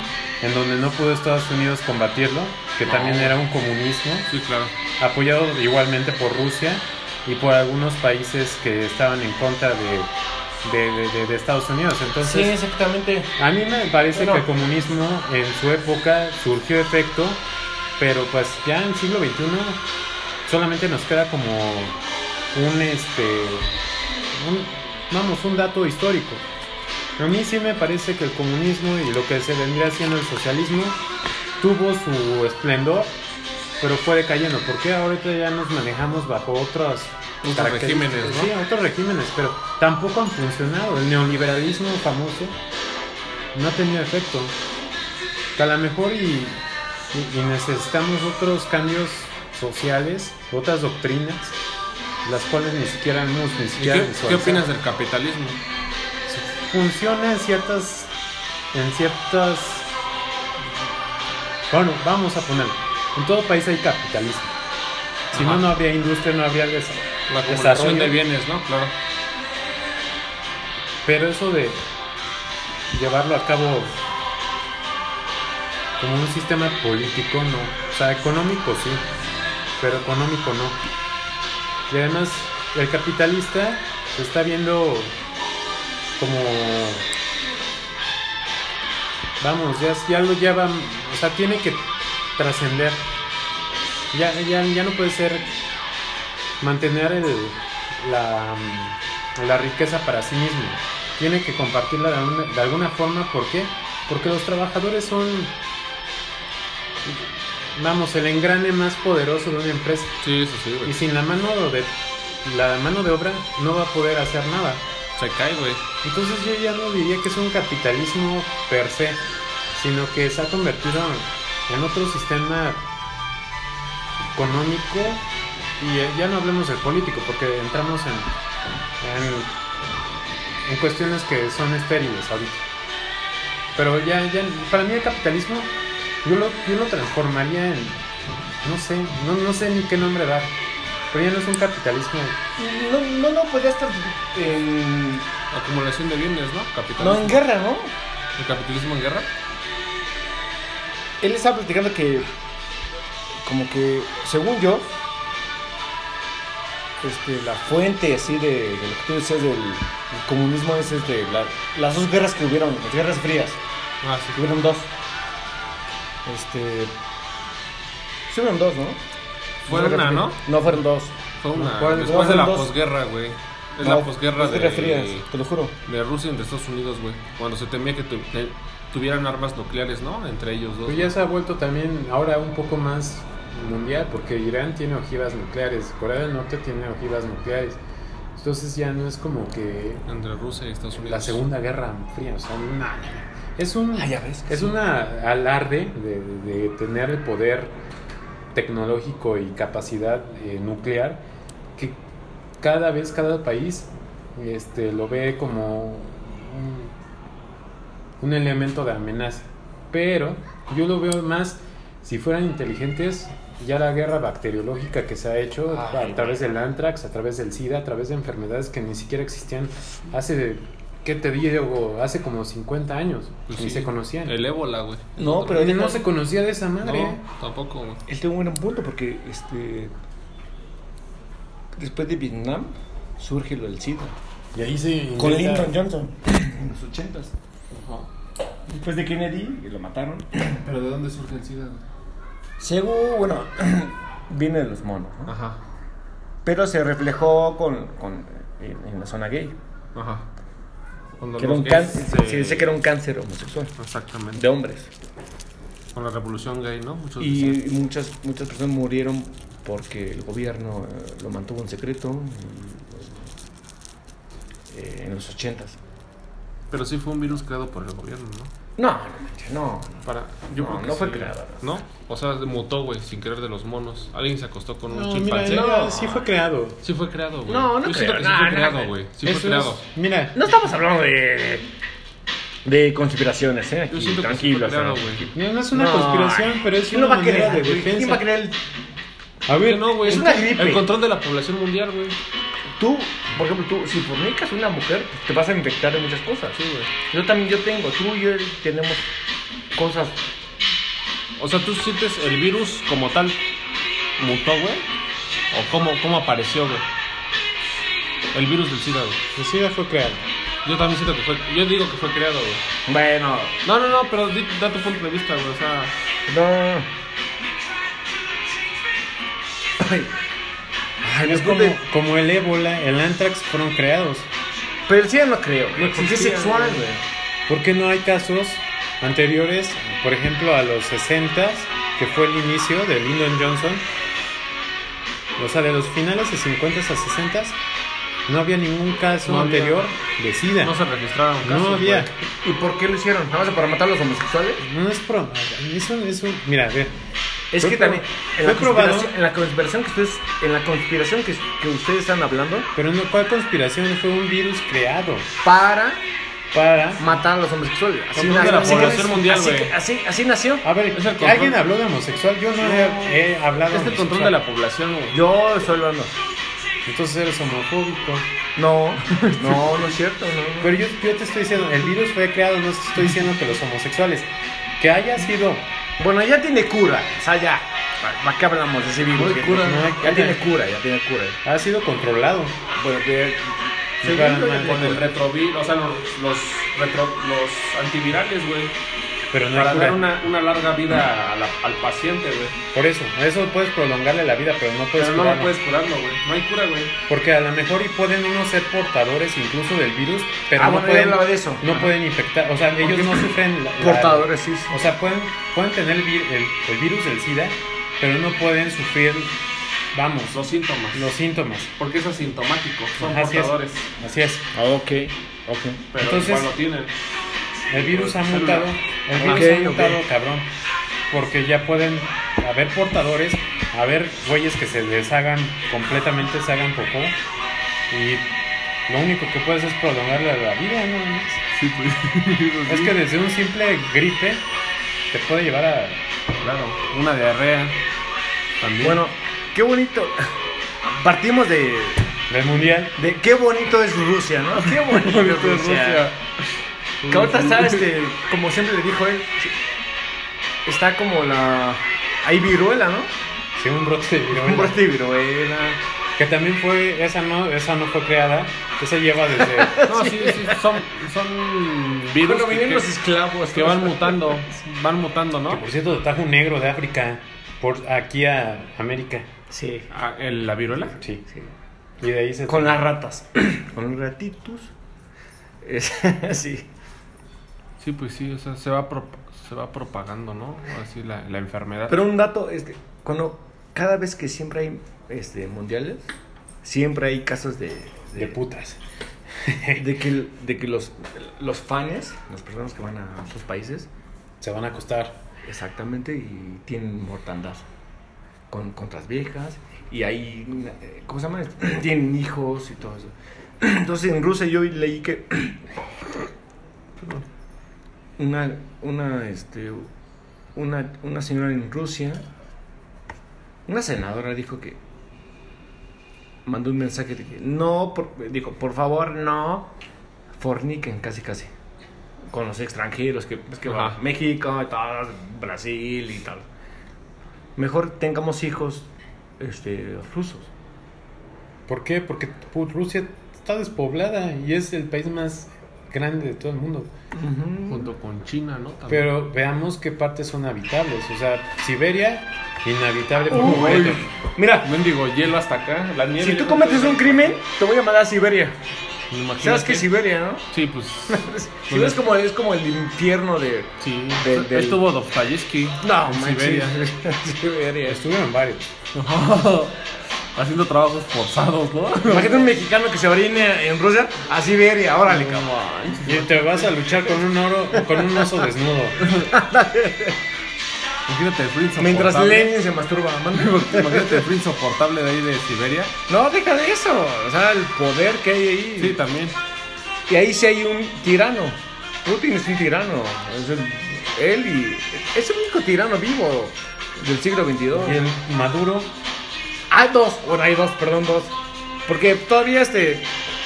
B: en donde no pudo Estados Unidos combatirlo, que
C: No.
B: también era un comunismo,
C: Sí, claro.
B: apoyado igualmente por Rusia y por algunos países que estaban en contra de, de- de- de- de Estados Unidos.
A: Sí,
B: Entonces,
A: exactamente.
B: a mí me parece
A: Bueno.
B: que el comunismo en su época surgió efecto, pero pues ya en el siglo XXI solamente nos queda como un este un- vamos un dato histórico. A mí sí me parece que el comunismo y lo que se vendría siendo el socialismo tuvo su esplendor, pero fue decayendo, porque ahorita ya nos manejamos bajo otros
C: Otros
B: características.
C: regímenes, ¿no?
B: Sí, otros regímenes, pero tampoco han funcionado. El neoliberalismo famoso no ha tenido efecto. Que a lo mejor y, y- y necesitamos otros cambios sociales, otras doctrinas, las cuales ni siquiera hemos ni
C: ¿Y
B: siquiera
C: ¿Qué, qué
B: visualizado.
C: opinas del capitalismo?
B: Funciona en ciertas, en ciertas, bueno, vamos a ponerlo. En todo país hay capitalismo. Si no,
C: Ajá.
B: no habría industria, no habría desa-
C: La acumulación
B: desarrollo.
C: de bienes, ¿no? Claro.
B: Pero eso de llevarlo a cabo como un sistema político no. O sea, económico sí, pero económico no. Y además, el capitalista se está viendo como... Vamos, ya, ya lo ya va- O sea, tiene que trascender. Ya, ya, ya no puede ser mantener el- la, mm, la riqueza para sí mismo. Tiene que compartirla de alguna, de alguna forma. ¿Por qué? Porque los trabajadores son, vamos, el engrane más poderoso de una empresa.
C: Sí, eso sí,
B: Y
C: güey.
B: sin la mano de, la mano de obra no va a poder hacer nada.
C: Se cae, güey.
B: Entonces yo ya no diría que es un capitalismo per se, sino que se ha convertido en otro sistema económico y eh, ya no hablemos del político, porque entramos en, en- en cuestiones que son estériles ahorita. Pero ya, ya para mí el capitalismo yo lo, yo lo transformaría en, no sé, no, no sé ni qué nombre dar, pero ya no es un capitalismo
A: No, no, no podría estar en.
C: Acumulación de bienes, ¿no? Capitalismo.
A: No, en guerra, ¿no?
C: ¿El capitalismo en guerra?
A: Él estaba platicando que. Como que, según yo. Este, la fuente así de, de lo que tú decías del, del comunismo es este, la- las dos guerras que hubieron, las guerras frías.
C: Ah, sí.
A: Hubieron dos. Este. Sí, hubieron dos, ¿no?
C: Fue
A: Guerra
C: una,
A: fría.
C: ¿no?
A: No, fueron dos.
C: Fue una.
A: ¿Cuál-
C: Después de
A: cuál
C: la
A: dos?
C: posguerra, güey. Es
A: No,
C: la posguerra
A: dos guerras
C: de,
A: frías, te lo juro.
C: de Rusia entre Estados Unidos, güey. Cuando se temía que tu- te- tuvieran armas nucleares, ¿no? Entre ellos dos.
B: Pues ya se ha vuelto también ahora un poco más mundial porque Irán tiene ojivas nucleares, Corea del Norte tiene ojivas nucleares. Entonces ya no es como que
C: Entre Rusia y Estados Unidos.
B: la Segunda Guerra Fría, o sea, no, no, no. es un
A: Ah, ya ves que
B: es
A: sí.
B: una alarde de, de tener el poder tecnológico y capacidad eh, nuclear que cada vez cada país este lo ve como un, un elemento de amenaza. Pero yo lo veo más, si fueran inteligentes, ya la guerra bacteriológica que se ha hecho
A: Ay,
B: a través del anthrax, a través del SIDA, a través de enfermedades que ni siquiera existían hace, ¿qué te digo? Hace como 50 años,
C: Pues
B: ni
C: sí.
B: se conocían.
C: El ébola, güey.
A: No,
C: Otra.
A: pero ahorita-
B: No se conocía de esa madre. ¿eh?
C: No, tampoco, güey.
A: Él tiene un buen punto porque este después de Vietnam surge lo del SIDA.
B: Y ahí se
A: Con
B: inventa-
A: Lyndon Johnson. En los ochentas. Después de Kennedy, que lo mataron.
D: ¿Pero de dónde surge el SIDA?
A: Según, bueno, viene de los monos, ¿no?
C: Ajá.
A: Pero se reflejó con, con- en, en la zona gay.
C: Ajá. Cuando
A: Que era
C: los
A: un
C: gays eh.
A: cáncer,
C: se-
A: se decía que era un cáncer homosexual.
C: Exactamente.
A: De hombres.
C: Con la revolución gay, ¿no? Muchos dicen.
A: Y muchas, muchas personas murieron porque el gobierno eh, lo mantuvo en secreto y, eh, en los ochentas.
C: Pero sí fue un virus creado por el gobierno, ¿no?
A: No, no, manches, no, no.
C: Para, yo
A: No,
C: creo que
A: no fue
C: sí.
A: creado,
C: ¿No? O sea, mutó, güey, sin querer de los monos. Alguien se acostó con un
B: No, mira,
C: chimpancé.
B: no, sí fue creado.
C: Sí fue creado, güey.
A: No, no
C: Yo siento
A: creo,
C: que
A: no,
C: sí fue
A: no,
C: creado,
A: no.
C: güey. Sí fue
B: Eso
C: creado.
B: es- mira,
A: No estamos hablando de, de conspiraciones, ¿eh?
C: Yo
A: Aquí,
C: siento que sí fue
A: tranquilos.
C: creado,
A: ¿no?
C: güey.
B: mira, no es una
A: No,
B: conspiración, pero es
A: ¿Quién
B: una
A: lo va a
B: manera
A: creer?
B: de
A: güey? ¿Quién va
B: defensa.
A: a creer?
B: A
C: ¿Por qué
B: ver,
C: no, güey?
A: es una gripe.
C: El control de la población mundial, güey.
A: Tú, por ejemplo, tú, si fornicas a una mujer, te vas a infectar de muchas cosas.
C: Sí, güey.
A: Yo también, yo tengo, tú y yo tenemos cosas.
C: O sea, ¿tú sientes el virus como tal mutó, güey? ¿O cómo, cómo apareció, güey? El virus del SIDA, güey.
B: el SIDA Pues fue creado.
C: Yo también siento que fue... Yo digo que fue creado, güey.
A: Bueno,
C: No, no, no, pero di- da tu punto de vista, güey. O sea,
A: no. Ay. Ay, no
B: Es como, como el ébola, el anthrax fueron creados.
A: Pero el SIDA no creo. No
C: existía,
A: es sexual,
C: güey.
A: güey.
B: ¿Por qué no hay casos anteriores, por ejemplo, a los 60, que fue el inicio de Lyndon Johnson? O sea, de los finales de 50 a 60, no había ningún caso
C: No había.
B: anterior de SIDA.
C: no se registraron
B: No
C: casos,
B: había.
C: güey.
A: ¿Y por qué lo hicieron? ¿Nada más para matar a los homosexuales?
B: No es pro. Eso, eso, mira, a ver.
A: Es
B: Fue
A: que
B: pro-
A: también en
B: fue
A: la,
B: probado.
A: conspiración, en la conspiración que ustedes en la conspiración que, que ustedes están hablando
B: Pero no, ¿cuál conspiración? Fue un virus creado
A: para
B: para.
A: matar a los homosexuales. Así,
C: Control de la
A: nació-
C: población mundial,
A: así,
C: güey.
A: así, así nació.
B: A ver,
C: Es el control.
B: ¿alguien habló de homosexual? Yo no he, he hablado
D: Este
C: Es el control
B: homosexual.
C: de la población, güey.
A: Yo solo no.
B: Entonces eres homofóbico.
A: No, no, no es cierto. No,
B: Pero yo, yo te estoy diciendo, el virus fue creado, no te estoy diciendo que los homosexuales, que haya sido
A: Bueno, ya tiene cura. O sea, ya. ¿Para qué hablamos de ese virus?
D: No hay
A: que-
D: cura,
B: no hay
A: ya
B: cura.
A: tiene cura, ya tiene cura.
B: Ha sido controlado.
A: Bueno, que-
D: Según yo,
B: Igual,
D: con el retrovir, o sea, los, los, retro, los antivirales, güey.
B: Pero no
D: Para
B: hay
D: dar
B: cura.
D: una, una larga vida a la- al paciente, güey.
B: Por eso, a eso puedes prolongarle la vida, pero no puedes
D: Pero no
B: curarlo.
D: puedes curarlo, güey. No hay cura, güey.
B: Porque a lo mejor y pueden unos ser portadores incluso del virus, pero
A: Ah,
B: no
A: bueno, ya
B: pueden
A: hablaba de eso.
B: no
A: Ajá.
B: pueden infectar, o sea, ellos no sufren la- la-
A: portadores, sí. sí.
B: O sea, pueden pueden tener el, vir- el- el virus del SIDA, pero no pueden sufrir vamos,
D: Los síntomas.
B: los síntomas.
D: Porque es asintomático. Son
B: Ajá, así es.
D: portadores.
B: Así es.
A: Ok, ok.
D: Pero
B: Entonces-
D: igual lo tienen.
B: El virus ha
D: Célula.
B: mutado, el virus
A: Ok,
B: ha
A: ok.
B: mutado, cabrón. Porque ya pueden haber portadores, haber güeyes que se deshagan completamente, se hagan popó. Y lo único que puedes es prolongarle la vida, ¿no? Es-
C: Sí, pues.
B: Es que desde un simple gripe te puede llevar a.
C: Claro, una diarrea. También.
A: Bueno, qué bonito. Partimos de,
B: del mundial.
A: de qué bonito es Rusia, ¿no? Qué bonito es Rusia. Que ahorita está, este, como siempre le dijo él, está como la... Hay viruela, ¿no?
B: Sí, un brote de viruela.
A: Un brote de viruela.
B: Que también fue. Esa no, esa no fue creada. Esa lleva desde.
C: No, sí, sí, son, son virus
A: Bueno,
C: que-
A: vinieron los
C: que,
A: esclavos.
C: que van mutando, van mutando,
B: Que
C: ¿no?
B: por cierto, trajo un negro de África por aquí a América.
A: Sí.
C: Ah, ¿el- ¿La viruela?
B: Sí. Y de ahí se.
A: Con las ratas. Con los ratitos. Es- sí.
C: Sí, pues sí, o sea, se va, pro- se va propagando, ¿no? Así la, la enfermedad.
A: Pero un dato es que cuando, cada vez que siempre hay este, mundiales, siempre hay casos de...
B: De putas.
A: de que, de que los, los fans, las personas que van a sus países,
B: Se van a acostar.
A: exactamente, y tienen mortandad con, contra las viejas, y ahí, eh, ¿cómo se llama? tienen hijos y todo eso. Entonces en Rusia yo leí que una, una, este, una, una señora en Rusia, una senadora dijo que mandó un mensaje de que no, por- dijo, por favor, no forniquen casi casi con los extranjeros que, pues, que va
C: Ajá.
A: México, y tal, Brasil y tal. Mejor tengamos hijos este, rusos.
B: ¿Por qué? Porque pu- Rusia está despoblada y es el país más grande de todo el mundo.
C: Junto con China, ¿no? También.
B: Pero veamos qué partes son habitables. O sea, Siberia, inhabitable por completo.
A: Mira,
D: Mendigo, hielo hasta acá. La nieve.
A: si tú cometes un crimen, te voy a mandar a Siberia.
C: Imagínate.
A: ¿Sabes qué? Siberia, ¿no?
C: Sí, pues.
A: Si ves como, es como el infierno de...
C: Sí.
A: De- del-
C: Estuvo Dostoyevsky.
A: No,
C: en
A: Siberia.
C: Siberia.
A: Siberia.
B: Estuvieron varios.
C: Haciendo trabajos forzados, ¿no?
A: Imagínate un mexicano que se orine en Rusia a Siberia, órale, cabrón.
B: Y te vas a luchar con un oro, con un oso desnudo.
C: Imagínate el frío insoportable.
A: Mientras Lenin se masturba. ¿no?
C: Imagínate el frío insoportable de ahí de Siberia.
A: No, deja de eso. O sea, el poder que hay ahí.
C: Sí, también.
A: Y ahí sí hay un tirano. Putin es un tirano. Es el- él y... Es el único tirano vivo del siglo
B: Y
A: XXII.
B: el Maduro,
A: Ah, dos. Bueno, hay dos, perdón, dos. Porque todavía este...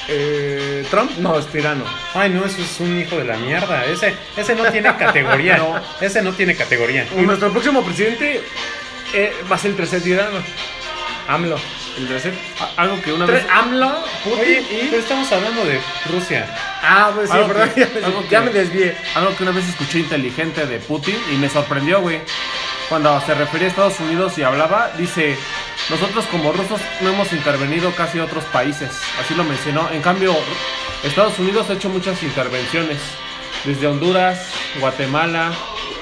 A: eh, Trump no es tirano.
B: ay no, eso es un hijo de la mierda. Ese, ese no tiene categoría. Ese no tiene categoría.
A: Y nuestro próximo presidente eh, va a ser el tercer tirano. AMLO. El tercer.
C: A- Algo que una
A: Tres,
C: vez.
A: AMLO, Putin
B: Oye,
A: y.
B: pero estamos hablando de Rusia.
A: Ah, pues sí,
C: algo
A: perdón.
C: que-
A: ya me-
C: algo
A: ya
C: que-
A: me desvié.
C: Algo que una vez escuché inteligente de Putin y me sorprendió, güey. Cuando se refería a Estados Unidos y hablaba, dice, nosotros como rusos no hemos intervenido casi a otros países. Así lo mencionó. En cambio, Estados Unidos ha hecho muchas intervenciones. Desde Honduras, Guatemala,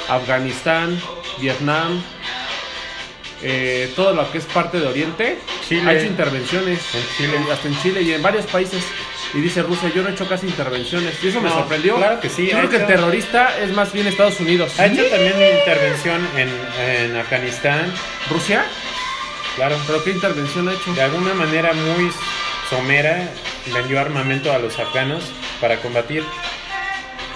C: Afganistán, Vietnam, eh, todo lo que es parte de Oriente.
B: Chile.
C: Ha hecho intervenciones.
B: En Chile.
C: Hasta en Chile y en varios países. Y dice Rusia, yo no he hecho casi intervenciones. Y eso me
B: No,
C: sorprendió.
B: claro que sí,
C: Yo
B: ha
C: creo que el
B: hecho-
C: terrorista es más bien Estados Unidos.
B: Ha hecho también una intervención en, en Afganistán,
C: ¿Rusia?
B: claro,
C: ¿Pero qué intervención ha hecho?
B: de alguna manera muy somera vendió armamento a los afganos para combatir.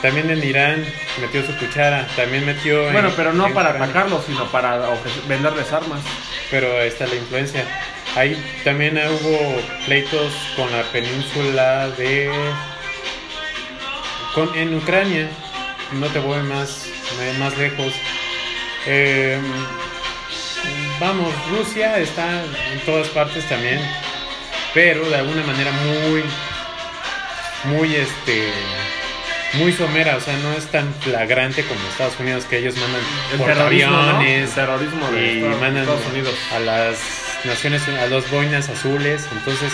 B: También en Irán metió su cuchara, también metió... en-
C: Bueno, pero no
B: en
C: para
B: Ucrania.
C: atacarlos, sino para ofrecer- venderles armas.
B: Pero está la influencia. Ahí también hubo pleitos con la península de... Con, en Ucrania, no te voy más, más lejos. Eh, vamos, Rusia está en todas partes también, pero de alguna manera muy, muy este, muy somera, o sea, no es tan flagrante como Estados Unidos que ellos mandan
C: El terrorismo, ¿no? El
B: portaaviones
C: terrorismo de
B: y
C: Estados-
B: mandan
C: Estados Unidos.
B: a las naciones, a los boinas azules, entonces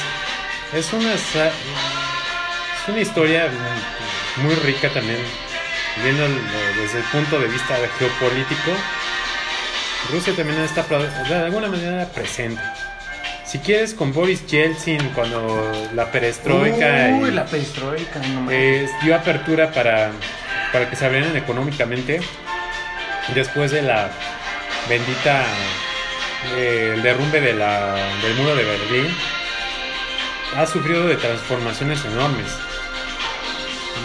B: es una, sa- es una historia muy rica también, viéndolo desde el punto de vista geopolítico. Rusia también está pro- de alguna manera presente. Si quieres con Boris Yeltsin cuando la perestroika
A: Uy,
B: y-
A: la perestroika, no mames.
B: eh, dio apertura para, para que se abrieran económicamente después de la bendita eh, el derrumbe de la, del muro de Berlín ha sufrido de transformaciones enormes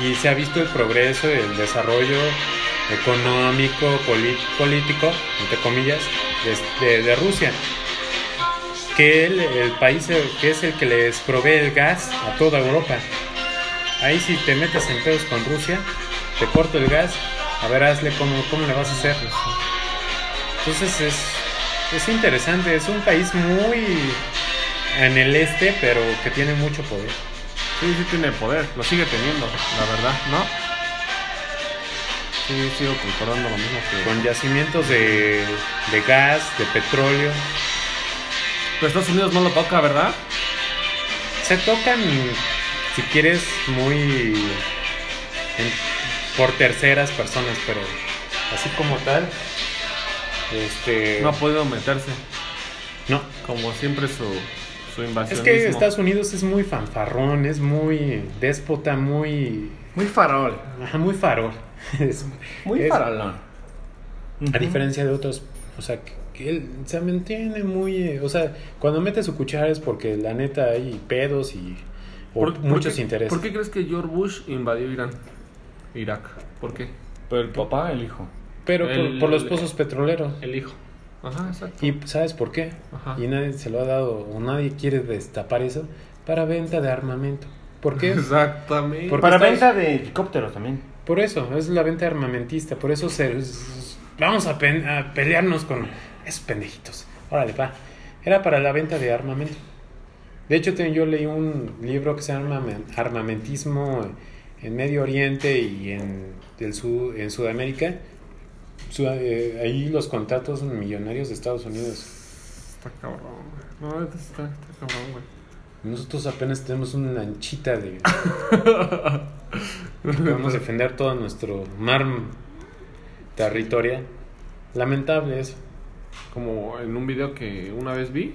B: y se ha visto el progreso el desarrollo económico poli- político entre comillas de- de- de Rusia que el, el país eh, que es el que les provee el gas a toda Europa. Ahí si te metes en pedos con Rusia, te corto el gas, a ver hazle cómo, cómo le vas a hacer. Entonces es, es interesante, es un país muy en el este, pero que tiene mucho poder.
C: Sí, sí tiene poder, lo sigue teniendo, la verdad, ¿no? Sí, sigo concordando lo mismo que...
B: Con yacimientos de, de gas, de petróleo.
C: Pero Estados Unidos no lo toca, ¿verdad?
B: Se tocan, si quieres, muy en- por terceras personas, pero así como tal. Este.
C: No pues, ha podido meterse,
B: no.
C: como siempre su, su
B: Es
C: invasionismo.
B: que Estados Unidos es muy fanfarrón, es muy déspota, muy.
A: Muy farol.
B: Ajá, muy farol. Es-
A: Muy
B: es-
A: farolón.
B: A diferencia de otros, o sea, que, que él se mantiene muy, eh, o sea, cuando mete su cuchara es porque la neta hay pedos y o
C: ¿Por- por
B: muchos
C: qué-
B: intereses.
C: ¿Por qué crees que George Bush invadió Irán? Irak. ¿Por qué?
D: Pero el papá, el hijo.
B: Pero por-
C: el- eh,
B: por, los pozos petroleros.
C: El hijo. Ajá, exacto.
B: ¿Y sabes por qué?
C: Ajá.
B: Y nadie se lo ha dado o nadie quiere destapar eso para venta de armamento. ¿Por qué?
C: Exactamente.
B: Por-
A: Para
B: Porque
A: venta de helicópteros también.
B: Por eso, es la venta armamentista, por eso se, s- vamos a, pen- a pelearnos con esos pendejitos. Órale, va. Era para la venta de armamento. De hecho, te- yo leí un libro que se llama Armamen- Armamentismo en Medio Oriente y en, del Sud- en Sudamérica. Su- eh, ahí los contratos millonarios de Estados Unidos.
C: Está cabrón, güey. No, está, está cabrón, güey.
B: Nosotros apenas tenemos una anchita de... Podemos defender todo nuestro mar territorial. Lamentable eso.
C: Como en un video que una vez vi,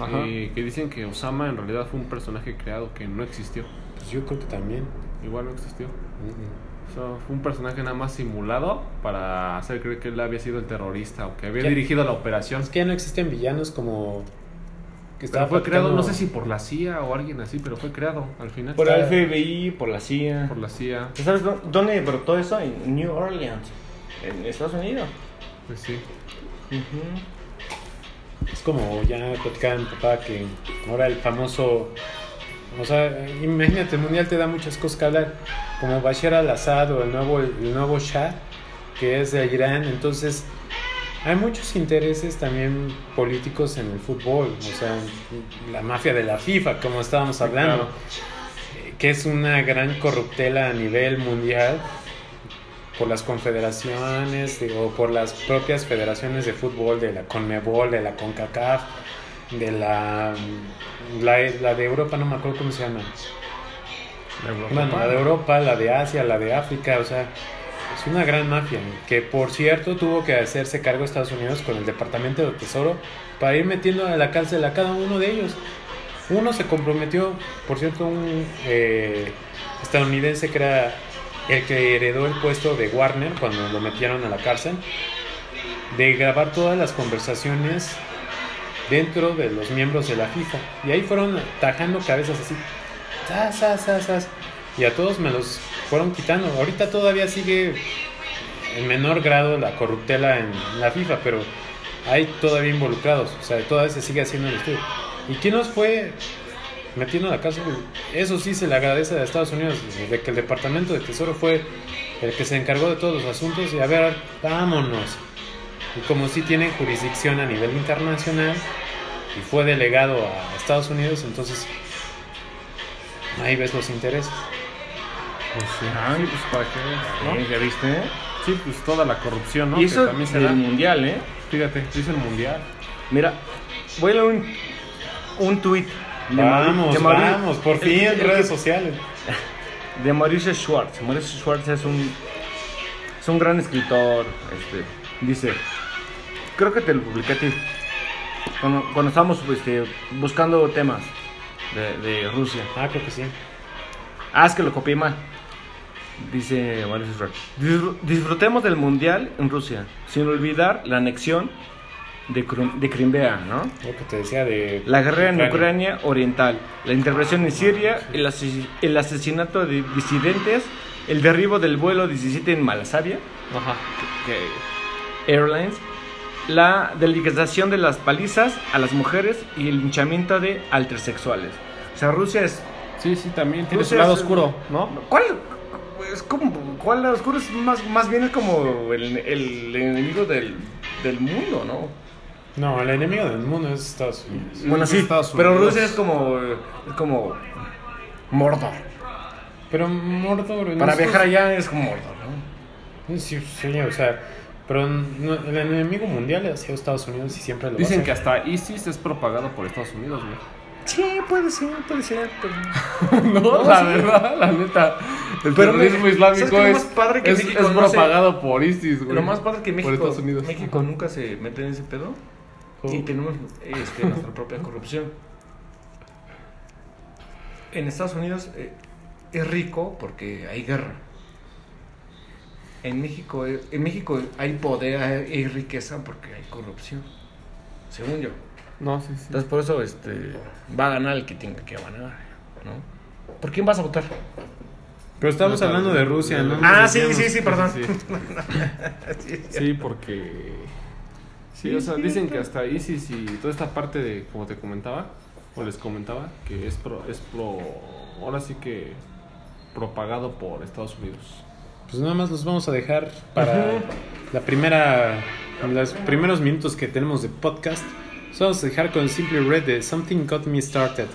A: Ajá.
C: eh, que dicen que Osama en realidad fue un personaje creado que no existió.
B: Pues yo creo que también.
C: Igual no existió.
B: Mm,
C: O sea, fue un personaje nada más simulado para hacer creer que él había sido el terrorista o que había
B: ¿Qué?
C: dirigido la operación.
B: Es que ya no existen villanos como. Que
C: Pero
B: estaba
C: fue creado,
B: faltando-
C: no sé si por la CIA o alguien así, pero fue creado al final.
A: Por el
B: Claro.
A: FBI, por la CIA.
C: Por la CIA.
A: ¿Sabes dó- dónde brotó eso? En New Orleans, en Estados Unidos.
C: Pues sí.
B: Es como ya platicaba mi papá que ahora el famoso. O sea, imagínate, el mundial te da muchas cosas que hablar. Como Bashar al-Assad o el nuevo, el nuevo Shah, que es de Irán. Entonces, hay muchos intereses también políticos en el fútbol. O sea, la mafia de la FIFA, como estábamos hablando.
C: claro.
B: eh, Que es una gran corruptela a nivel mundial por las confederaciones de- o por las propias federaciones de fútbol de la CONMEBOL, de la CONCACAF, de la, mm, la, la de Europa, no me acuerdo cómo se llama. Bueno, la de Europa, la de Asia, la de África, o sea, es una gran mafia que por cierto tuvo que hacerse cargo Estados Unidos con el Departamento del Tesoro para ir metiendo a la cárcel a cada uno de ellos. Uno se comprometió, por cierto, un eh, estadounidense que era el que heredó el puesto de Warner cuando lo metieron a la cárcel, de grabar todas las conversaciones dentro de los miembros de la FIFA. Y ahí fueron tajando cabezas así. zas, zas, zas, zas. Y a todos me los fueron quitando. Ahorita todavía sigue en menor grado la corruptela en la FIFA, pero hay todavía involucrados. O sea, todavía se sigue haciendo el estudio. ¿Y quién nos fue metiendo a la cárcel? Eso sí se le agradece a Estados Unidos, desde que el Departamento de Tesoro fue el que se encargó de todos los asuntos. Y a ver, vámonos. Y como sí tienen jurisdicción a nivel internacional y fue delegado a Estados Unidos, entonces ahí ves los intereses.
C: Ah, sí, pues para que veas, ¿no?
E: Eh, ¿Ya viste?
C: Sí, pues toda la corrupción, ¿no?
E: y
C: Que
E: eso
C: también se
E: del
C: da.
E: mundial, ¿eh?
C: Fíjate, dice el mundial.
E: Mira, voy a leer un, un tuit de, Mauri-
B: Vamos,
E: de Mauri-
B: vamos, por fin
E: el- el-
B: redes sociales.
E: de Mauricio Schwartz. Mauricio Schwartz es un, es un gran escritor. Este, dice, creo que te lo publiqué a ti. Cuando, cuando estábamos este, buscando temas de, de Rusia.
B: Ah, creo que sí.
E: Ah, es que lo copié mal. Dice Mauricio Schwartz. "Disfr- Disfrutemos del Mundial en Rusia, sin olvidar la anexión de, Crum- de Crimea, ¿no?
B: Lo que te decía de...
E: La guerra en Ucrania Oriental, la intervención en Siria, el, ases- el asesinato de disidentes, el derribo del vuelo 17 en Malasavia
C: Ajá.
E: Airlines, la delegalización de las palizas a las mujeres y el linchamiento de altersexuales. O sea, Rusia es...
C: Sí, sí, también tiene su
E: Rusia
C: lado
E: es-
C: oscuro, ¿no?
E: ¿Cuál? Es como, ¿Cuál lado oscuro? Es más, más bien es como el, el enemigo del, del mundo, ¿no?
B: No, el enemigo del mundo es Estados Unidos.
E: Bueno, sí,
C: Estados
E: pero
C: Unidos.
E: Rusia es como... Es como... Mordor.
B: Pero Mordor... en
E: Para
B: estos-
E: viajar allá es como Mordor, ¿no?
B: Sí, señor, o sea, pero no- el enemigo mundial ha sido Estados Unidos y siempre lo va a
C: Dicen
B: ser.
C: que hasta ISIS es propagado por Estados Unidos, güey.
E: Sí, puede ser, puede ser. Pero,
C: No, la
E: la
C: verdad, la neta. El
E: Pero, güey,
C: terrorismo
E: ¿sabes
C: islámico
E: qué? Lo
C: es,
E: más padre que
C: es-
E: México
C: es
E: no se-
C: propagado por ISIS, güey.
E: lo más padre es que México,
C: Por Estados Unidos. Oh.
E: México nunca se mete en ese pedo. Y tenemos este, nuestra propia corrupción. En Estados Unidos eh, es rico porque hay guerra. En México, eh, en México hay poder, hay, hay riqueza porque hay corrupción. Según yo.
C: No, sí, sí.
E: Entonces por eso este, va a ganar el que tenga que ganar. ¿no? Pues ¿Por quién vas a votar?
B: Pero estamos hablando de Rusia, ¿no?
E: Ah, sí, sí, sí, perdón.
C: Sí,
E: Sí,
C: Sí, porque. Sí, o sea, dicen que hasta ISIS y toda esta parte de, como te comentaba, o les comentaba, que es pro. Es pro ahora sí que. propagado por Estados Unidos.
B: Pues nada más los vamos a dejar para la primera, los primeros minutos que tenemos de podcast. Los vamos a dejar con Simply Red de Something Got Me Started.